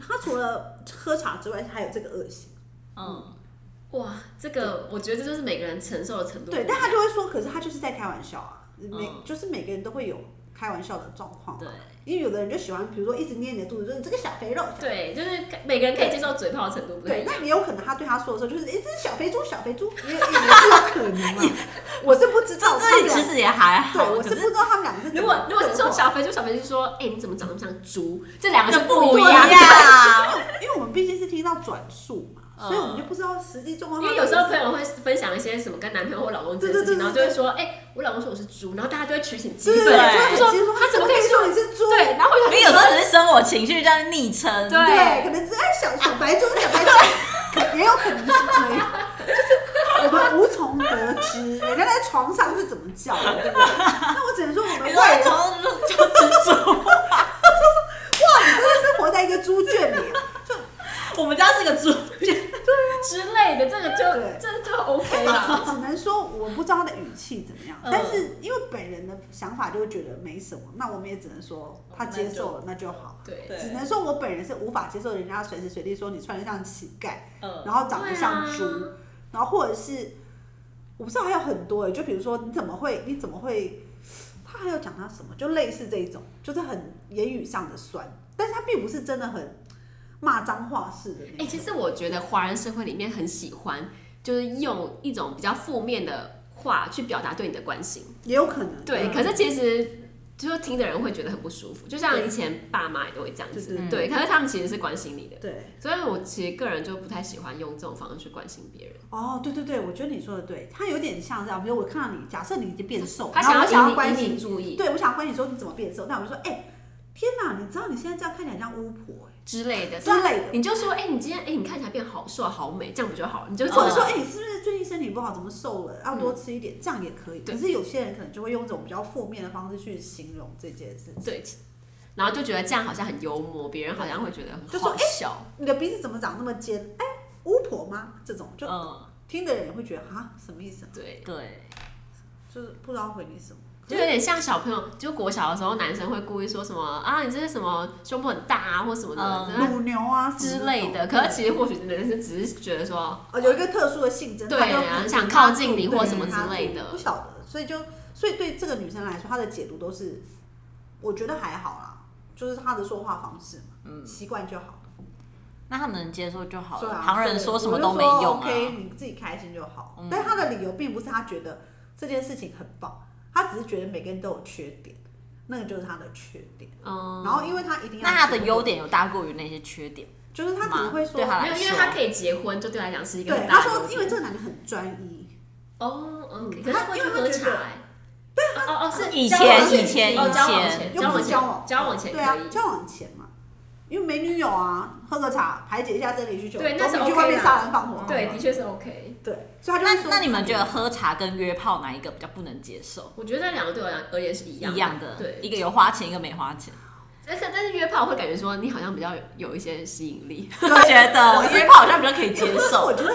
Speaker 3: 他除了喝茶之外，还有这个恶习。
Speaker 4: 嗯，
Speaker 1: [laughs] 哇，这个我觉得这就是每个人承受的程度不一
Speaker 3: 对，
Speaker 1: 样。
Speaker 3: 但他就会说，可是他就是在开玩笑啊，每、
Speaker 4: 嗯
Speaker 3: 就是每个人都会有开玩笑的状况
Speaker 4: 对
Speaker 3: 嘛。因为有的人就喜欢，比如说一直捏你的肚子，说你这个小肥肉。小
Speaker 1: 对，就是每个人可以接受嘴炮的程度不太
Speaker 3: 对
Speaker 1: 一，样。
Speaker 3: 那也有可能他对他说的时候就是，哎、这是小肥猪，小肥猪，也也是有可能嘛。我是不知道，他
Speaker 4: 这
Speaker 3: 们
Speaker 4: 里
Speaker 3: 俩
Speaker 4: 其实也还好，
Speaker 3: 对，我
Speaker 4: 可
Speaker 3: 是不知道他们两个是怎么
Speaker 1: 如果如果是
Speaker 3: 对
Speaker 1: 说
Speaker 3: 话
Speaker 1: 小肥猪，小肥猪说，哎、你怎么长得像猪？这两个
Speaker 4: 这
Speaker 1: 是
Speaker 4: 不
Speaker 1: 一
Speaker 4: 一
Speaker 1: 样的。
Speaker 4: 样。
Speaker 3: 因为我们毕竟是听到转述嘛，
Speaker 4: 嗯
Speaker 3: 所以我们就不知道实际状况。
Speaker 1: 因为有时候朋友会分享一些什么跟男朋友或老公这件事情，然后就会说，哎、我老公说我是猪，然后大家就会取景激
Speaker 3: 对对
Speaker 1: 愤，就
Speaker 3: 对，就
Speaker 1: 说
Speaker 3: 很奇怪
Speaker 1: 他怎么可以
Speaker 3: 说你是猪？
Speaker 1: 对，然后我
Speaker 4: [laughs] 因为有时候只是生我情绪这样昵称，
Speaker 1: 对
Speaker 3: 对，可能只爱小小白猪、小白猪，也有可能是这样，就是我们无从得知人家在床上是怎么叫的，对不对？那我只能说我
Speaker 4: 你
Speaker 3: 们
Speaker 4: 说
Speaker 3: 外
Speaker 4: 在
Speaker 3: 人
Speaker 4: 床上就就蜘蛛，
Speaker 3: 哇，你真的是活在一个猪圈里。
Speaker 4: 我们家是个猪，
Speaker 1: 之类的，这个就
Speaker 3: 对
Speaker 1: 这个就 OK 了。
Speaker 3: 只能说我不知道他的语气怎么样，
Speaker 4: 嗯
Speaker 3: 但是因为本人的想法就会觉得没什么，那我们也只能说他接受了，那就好。
Speaker 1: 对，
Speaker 4: 对
Speaker 3: 只能说我本人是无法接受人家随时随地说你穿得像乞丐，
Speaker 4: 嗯，
Speaker 3: 然后长得像猪，
Speaker 1: 对啊
Speaker 3: 然后或者是我不知道还有很多哎，就比如说你怎么会你怎么会，他还有讲他什么，就类似这一种，就是很言语上的酸，但是他并不是真的很骂脏话式的那
Speaker 1: 哎、
Speaker 3: 种。
Speaker 1: 其实我觉得华人社会里面很喜欢，就是用一种比较负面的话去表达对你的关心。
Speaker 3: 也有可能
Speaker 1: 对，
Speaker 3: 嗯
Speaker 1: 可是其实就是听的人会觉得很不舒服，就像以前爸妈也都会这样子
Speaker 3: 对，
Speaker 1: 对。可是他们其实是关心你的，
Speaker 3: 对。
Speaker 1: 所以我其实个人就不太喜欢用这种方式去关心别人。
Speaker 3: 哦，对对对，我觉得你说的对，他有点像这样。比如我看到你，假设你已经变瘦，
Speaker 1: 他
Speaker 3: 然
Speaker 1: 想
Speaker 3: 后我
Speaker 1: 要
Speaker 3: 想
Speaker 1: 引
Speaker 3: 要
Speaker 1: 你
Speaker 3: 关
Speaker 1: 引你
Speaker 3: 心，
Speaker 1: 注意，
Speaker 3: 对我想要关心说你怎么变瘦，但我就说，哎、天哪，你知道你现在这样看起来像巫婆、哎
Speaker 1: 之类的，
Speaker 3: 之类的。
Speaker 1: 你就说，哎、你今天，哎、你看起来变好瘦啊、好美，这样不就好了？你就嗯
Speaker 3: 或
Speaker 1: 真
Speaker 3: 者
Speaker 1: 的
Speaker 3: 说，哎、你是不是最近身体不好，怎么瘦了？要多吃一点，这样也可以。
Speaker 1: 对
Speaker 3: 可是有些人可能就会用这种比较负面的方式去形容这件事情。
Speaker 1: 对，然后就觉得这样好像很幽默，别人好像会觉得
Speaker 3: 就
Speaker 1: 很
Speaker 3: 说哎
Speaker 1: 好笑。
Speaker 3: 你的鼻子怎么长那么尖？哎、巫婆吗？这种就
Speaker 4: 嗯，
Speaker 3: 听的人也会觉得啊，什么意思啊？
Speaker 1: 对，
Speaker 4: 对，
Speaker 3: 就是不知道回你什么。
Speaker 1: 就有点像小朋友，就国小的时候，男生会故意说什么啊，你这是什么胸部很大啊，或什么的、
Speaker 4: 嗯
Speaker 1: 然后
Speaker 3: 乳牛啊什
Speaker 1: 之
Speaker 3: 么
Speaker 1: 类的。
Speaker 3: 那种
Speaker 1: 可是其实或许男生只是觉得说，
Speaker 3: 哦，有一个特殊的性征，
Speaker 1: 对
Speaker 3: 他就
Speaker 1: 啊
Speaker 3: 很
Speaker 1: 想
Speaker 3: 怕
Speaker 1: 靠近你
Speaker 3: 对
Speaker 1: 或什么
Speaker 3: 他
Speaker 1: 之类的
Speaker 3: 不晓得，所以就所以对这个女生来说，她的解读都是，我觉得还好啦，就是她的说话方式嘛，
Speaker 4: 嗯
Speaker 3: 习惯就好。
Speaker 4: 那他能接受就好
Speaker 3: 对
Speaker 4: 了，
Speaker 3: 啊，
Speaker 4: 旁人
Speaker 3: 所以
Speaker 4: 说什
Speaker 3: 我
Speaker 4: 么
Speaker 3: 就
Speaker 4: 都没用啊。
Speaker 3: OK，你自己开心就好。
Speaker 4: 嗯
Speaker 3: 但她的理由并不是她觉得这件事情很棒，她只是觉得每个人都有缺点，那个就是她的缺点。
Speaker 1: 嗯，
Speaker 3: 然后因为她一定要，
Speaker 4: 那他的优，点有大过于那些缺点，
Speaker 3: 就是她可能会说
Speaker 4: 对，她
Speaker 1: 没有，因为他可以结婚，就对他来讲是一个
Speaker 3: 对
Speaker 1: 很
Speaker 3: 她
Speaker 1: 大的
Speaker 3: 说，因为
Speaker 1: 优点
Speaker 3: 这个男的很专一，
Speaker 1: 哦
Speaker 3: 嗯
Speaker 1: ，OK，可是
Speaker 3: 他
Speaker 1: 会
Speaker 3: 因
Speaker 1: 去
Speaker 3: 为他
Speaker 1: 喝
Speaker 3: 觉
Speaker 1: 茶、
Speaker 3: 得
Speaker 1: 欸。对哦哦，是
Speaker 4: 以
Speaker 1: 交
Speaker 4: 前
Speaker 1: 往前
Speaker 4: 以前
Speaker 1: 哦
Speaker 4: 以
Speaker 1: 交往
Speaker 4: 前
Speaker 1: 前
Speaker 3: 又
Speaker 1: 交
Speaker 3: 不
Speaker 1: 往
Speaker 3: 是
Speaker 1: 前
Speaker 3: 交往
Speaker 1: 交往前
Speaker 3: 对
Speaker 1: 可
Speaker 3: 啊
Speaker 1: 以，，
Speaker 3: 交往前嘛，因为没女友啊，喝个茶排解一下生理需求，
Speaker 1: 对那是
Speaker 3: 总比去
Speaker 1: OK
Speaker 3: 外面
Speaker 1: 啦
Speaker 3: 杀人放火好
Speaker 1: 对，
Speaker 3: 嘛
Speaker 1: 的确是 OK。
Speaker 3: 对，所以他就
Speaker 4: 那
Speaker 3: 会说
Speaker 4: 那你们觉得喝茶跟约炮哪一个比较不能接受？
Speaker 1: 我觉得这两个对我来而言是一
Speaker 4: 一
Speaker 1: 样
Speaker 4: 样的，
Speaker 1: 对。
Speaker 4: 一个有花钱，一个没花钱。
Speaker 1: 但是但是约炮会感觉说你好像比较有有一些吸引力，
Speaker 4: [laughs] 我觉得约炮好像比较可以接
Speaker 3: 可是 [laughs]
Speaker 4: [laughs]
Speaker 3: 我
Speaker 4: 受，
Speaker 3: 觉得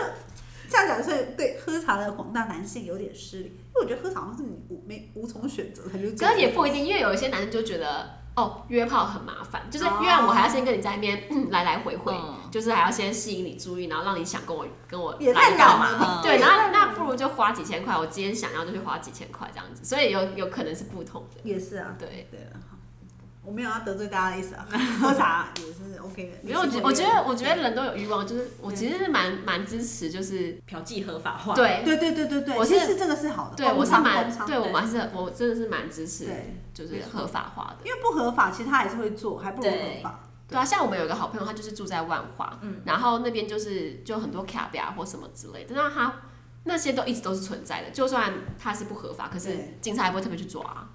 Speaker 3: 这样讲是对喝茶的广大男性有点失礼，因为我觉得喝茶好像是你无没无从选择，他就
Speaker 1: 可是也不一定，因为有一些男生就觉得哦约炮很麻烦，就是
Speaker 3: 哦
Speaker 1: 约完我还要先跟你在那边、嗯来来回回，
Speaker 4: 嗯
Speaker 1: 就是还要先吸引你注意，然后让你想跟我跟我
Speaker 3: 也太
Speaker 1: 来干
Speaker 3: 懒
Speaker 1: 嘛。
Speaker 3: 了吧
Speaker 4: 嗯？
Speaker 1: 对，
Speaker 3: 也
Speaker 1: 然
Speaker 3: 太
Speaker 1: 后
Speaker 3: 懒
Speaker 1: 那
Speaker 3: 了
Speaker 1: 不如就花几千块，我今天想要就去花几千块这样子，所以有有可能是不同的，
Speaker 3: 也是啊，
Speaker 1: 对。
Speaker 3: 对了，好我没有要得罪大家的意思啊， [laughs] 喝茶也是 OK 的，
Speaker 1: 没有，我觉我觉得，我觉得人都有欲望，就是我其实是蛮蛮支持，就是
Speaker 4: 嫖妓合法化，
Speaker 1: 对
Speaker 3: 对对对对对，
Speaker 1: 我
Speaker 3: 其
Speaker 1: 是
Speaker 3: 实这个是好的，
Speaker 1: 对，我是
Speaker 3: 公仓公
Speaker 1: 蛮
Speaker 3: 仓
Speaker 1: 对我
Speaker 4: 对
Speaker 1: 蛮是，我真的是蛮支持，
Speaker 3: 对，
Speaker 1: 就是合法化的。
Speaker 3: 因为不合法，其实他还是会做，还不如合
Speaker 4: 对
Speaker 3: 法。
Speaker 1: 对啊，像我们有一个好朋友，他就是住在万华，嗯，然后那边就是就很多卡比啊或什么之类的，那他那些都一直都是存在的，就算他是不合法，可是
Speaker 3: 对
Speaker 1: 警察也不会特别去抓啊，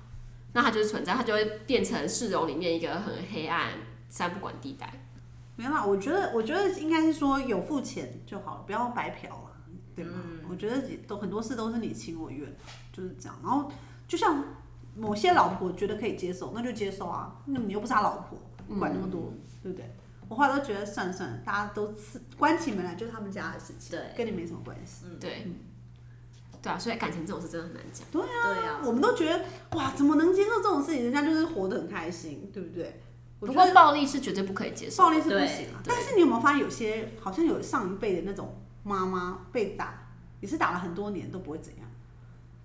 Speaker 1: 那他就是存在，他就会变成市容里面一个很黑暗三不管地带。
Speaker 3: 没啦，我觉得，我觉得应该是说有付钱就好了，不要白嫖了，对吧？
Speaker 1: 嗯
Speaker 3: 我觉得也都很多事都是你情我愿，就是这样。然后就像某些老婆觉得可以接受，那就接受啊，那你又不是他老婆，管那么多，
Speaker 1: 嗯
Speaker 3: 对不对？我后来都觉得算了算了，大家都是关起门来就是他们家的事情，
Speaker 4: 对
Speaker 3: 跟你没什么关系。
Speaker 1: 对，对啊，所以感情这种事真的很难讲。
Speaker 4: 对啊，
Speaker 3: 我们都觉得哇，怎么能接受这种事情？人家就是活得很开心，对不对？我
Speaker 1: 不
Speaker 3: 觉
Speaker 1: 过
Speaker 3: 得
Speaker 1: 暴力是绝对不可以接受的。
Speaker 3: 暴力是不行啊。
Speaker 1: 对
Speaker 3: 但是你有没有发现，有些好像有上一辈的那种妈妈被打，也是打了很多年都不会怎样，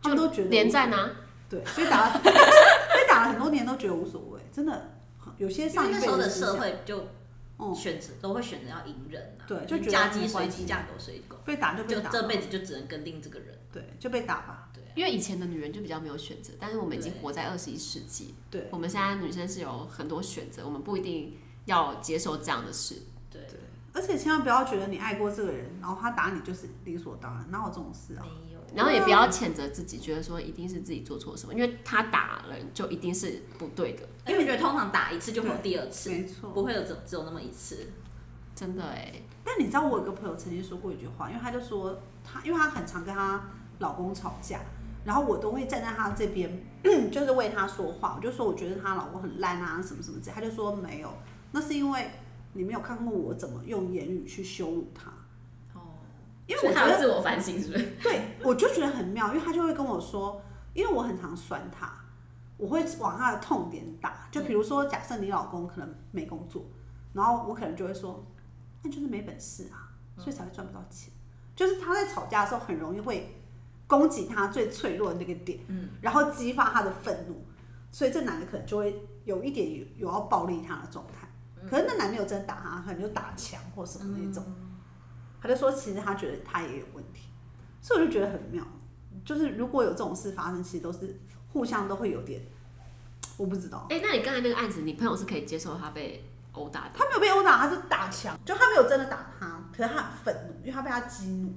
Speaker 3: 他们都觉得
Speaker 1: 连战啊，
Speaker 3: 对被打了 [laughs] 被打了很多年都觉得无所谓，真的有些
Speaker 4: 因
Speaker 3: 上
Speaker 4: 为
Speaker 3: 一
Speaker 4: 那
Speaker 3: 辈
Speaker 4: 时候的
Speaker 3: 思
Speaker 4: 社
Speaker 3: 想，
Speaker 4: 会就
Speaker 3: 嗯，
Speaker 4: 选择都会选择要隐忍啊，
Speaker 3: 对就觉得
Speaker 4: 嫁鸡
Speaker 3: 没
Speaker 4: 随
Speaker 3: 关系
Speaker 4: 鸡，嫁狗随狗，
Speaker 3: 被打就被
Speaker 4: 就
Speaker 3: 打，
Speaker 4: 这辈子就只能跟定这个人。
Speaker 3: 对就被打吧，
Speaker 4: 对啊，
Speaker 1: 因为以前的女人就比较没有选择，但是我们已经
Speaker 4: 对
Speaker 1: 活在二十一世纪，
Speaker 3: 对
Speaker 1: 我们现在女生是有很多选择，我们不一定要接受这样的事。
Speaker 4: 对，
Speaker 3: 对，而且千万不要觉得你爱过这个人，然后他打你就是理所当然，哪有这种事啊？
Speaker 4: 没有
Speaker 1: 然后也不要谴责自己，觉得说一定是自己做错什么，因为他打人就一定是不对的，
Speaker 4: 因为我觉得通常打一次就会有第二次，
Speaker 3: 没错，
Speaker 4: 不会有只只有那么一次。
Speaker 1: 真的哎。
Speaker 3: 但你知道我有个朋友曾经说过一句话，因为他就说他，因为他很常跟她老公吵架，然后我都会站在她这边， [clears throat] 就是为她说话，我就说我觉得她老公很烂啊，什么什么之类，他就说没有，那是因为你没有看过我怎么用言语去羞辱他，
Speaker 4: 哦，
Speaker 3: 因为我觉
Speaker 1: 还 [laughs] 有
Speaker 3: 得
Speaker 1: 自我反省，是不是？
Speaker 3: 对我就觉得很妙，因为他就会跟我说，因为我很常酸他，我会往他的痛点打，就比如说假设你老公可能没工作，然后我可能就会说，那就是没本事啊，所以才会赚不到钱。就是他在吵架的时候很容易会攻击他最脆弱的那个点，嗯，然后激发他的愤怒，所以这男的可能就会有一点有有要暴力他的状态。可是那男的有真的打他，可能就打墙或什么那种。他就说，其实他觉得他也有问题，所以我就觉得很妙。就是如果有这种事发生，其实都是互相都会有点，我不知道。
Speaker 1: 哎、那你刚才那个案子，你朋友是可以接受他被殴打的？
Speaker 3: 他没有被殴打，他是打墙，就他没有真的打他，可是他很愤怒，因为他被他激怒。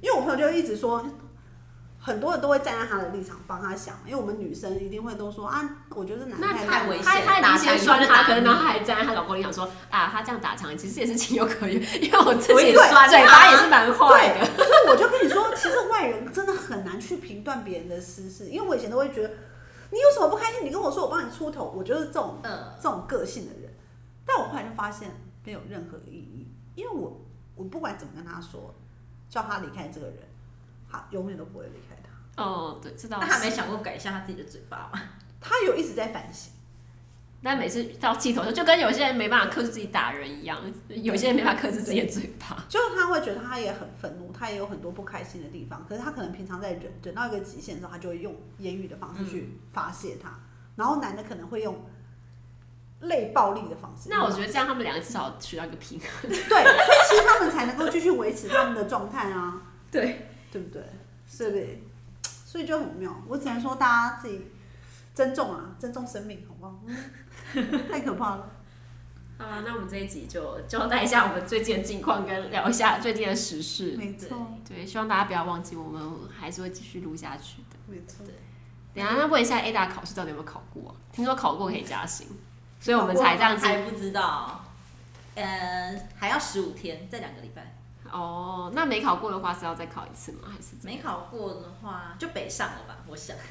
Speaker 3: 因为我朋友就一直说，很多人都会站在他的立场帮他想，因为我们女生一定会都说啊，我觉得男
Speaker 1: 那
Speaker 3: 太
Speaker 4: 太
Speaker 3: 烂
Speaker 4: 危
Speaker 3: 了
Speaker 1: 她
Speaker 4: 险
Speaker 1: 她
Speaker 4: 打
Speaker 1: 已经
Speaker 4: 枪
Speaker 1: 先酸
Speaker 4: 就
Speaker 1: 了
Speaker 4: 打
Speaker 1: 她，可能
Speaker 4: 你
Speaker 1: 然后她还站在她老公里想说啊，她这样打墙其实也是情有可原，因为我自
Speaker 4: 我
Speaker 1: 己
Speaker 4: 也酸
Speaker 1: 嘴
Speaker 4: 她
Speaker 1: 巴
Speaker 3: 啊
Speaker 1: 也是蛮坏的。
Speaker 3: 所以我就跟你说，其实外人真的很难去评断别人的私事，因为我以前都会觉得你有什么不开心，你跟我说，我帮你出头，我就是这种
Speaker 4: 嗯，
Speaker 3: 这种个性的人。但我后来就发现没有任何意义，因为我我不管怎么跟他说，叫他离开这个人，他永远都不会离开他。
Speaker 1: 哦，对，知道
Speaker 4: 那。他没想过改一下他自己的嘴巴吗？
Speaker 3: 他有一直在反省，
Speaker 1: 但每次到气头的时候，就跟有些人没办法克制自己打人一样，有些人没办法克制自己的嘴 [laughs] 巴。
Speaker 3: 就是他会觉得他也很愤怒，他也有很多不开心的地方，可是他可能平常在忍忍到一个极限的时候，他就会用言语的方式
Speaker 1: 嗯
Speaker 3: 去发泄他。然后男的可能会用类暴力的方式。
Speaker 1: 那我觉得这样，他们两个至少取到一个平衡。
Speaker 3: 对，所以其实他们才能够继续维持他们的状态啊。
Speaker 1: 对，
Speaker 3: 对不对？是不是？所以就很妙。我只能说大家自己珍重啊，珍重生命，好不好？
Speaker 1: [laughs]
Speaker 3: 嗯太可怕了。
Speaker 1: 好了，那我们这一集就交代一下我们最近的近况，跟聊一下最近的时事。
Speaker 3: 没错，
Speaker 1: 对，希望大家不要忘记，我们还是会继续录下去的。
Speaker 3: 没错。
Speaker 1: 等一下，那问一下 Ada 考试到底有没有考过、啊？听说考过可以加薪，所以我们
Speaker 3: 考过
Speaker 1: 才这样子。
Speaker 4: 还不知道，呃，还要十五天，再两个礼拜。
Speaker 1: 哦，那没考过的话是要再考一次吗？还是怎么
Speaker 4: 没考过的话，就北上了吧？我想，
Speaker 3: 很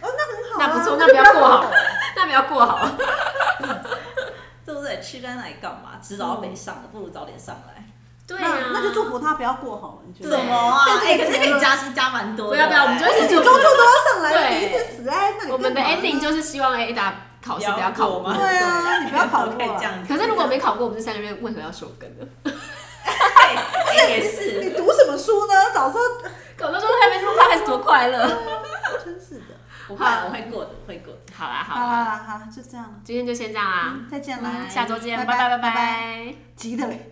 Speaker 3: 好、啊，
Speaker 1: 那不错那
Speaker 3: 就
Speaker 1: 不要过
Speaker 3: 考
Speaker 1: 好
Speaker 3: 了。
Speaker 1: 那不要过好了。
Speaker 4: 对不对？去那里干嘛？迟早要北上了，不如早点上来。
Speaker 1: 对啊
Speaker 3: 那，那就祝福他不要过好了，你觉
Speaker 1: 对
Speaker 3: 得？
Speaker 1: 怎么
Speaker 4: 啊哎、可是可
Speaker 3: 你
Speaker 4: 以加薪加蛮多的。
Speaker 1: 不要不要，我们就
Speaker 4: 哎
Speaker 1: 一
Speaker 3: 你
Speaker 1: 直
Speaker 3: 终
Speaker 1: 祝
Speaker 3: 究
Speaker 1: 福。
Speaker 3: 都要上来了，
Speaker 1: 对
Speaker 3: 你一直死在
Speaker 1: [laughs]
Speaker 3: 那里。
Speaker 1: 我们的
Speaker 3: 干嘛呢
Speaker 1: ending 就是希望 Ada 考试不要考 [laughs]
Speaker 4: 不要过吗
Speaker 3: 对啊，你不要考
Speaker 4: [laughs] 可
Speaker 3: 过
Speaker 4: 以这
Speaker 3: 啊。
Speaker 4: 样子。
Speaker 1: 可是如果没考过，我们这三个月为何要休更呢？
Speaker 4: 哎哎也
Speaker 3: [laughs] 你
Speaker 4: 是，
Speaker 3: 读什么书呢？早说， [laughs]
Speaker 1: 搞到说还没说他还是多快乐。
Speaker 3: 真是的。
Speaker 4: 我会我会过的，我会过的。
Speaker 1: 好啦
Speaker 3: 好
Speaker 1: 好啊嗯啦，
Speaker 3: 啦好啦，就这样了，嗯
Speaker 1: 今天就先这样啦，
Speaker 3: 再见
Speaker 1: 我们
Speaker 3: 啦，
Speaker 1: 下周见，
Speaker 3: 拜
Speaker 1: 拜拜
Speaker 3: 拜
Speaker 1: 拜。
Speaker 3: 急的嘞。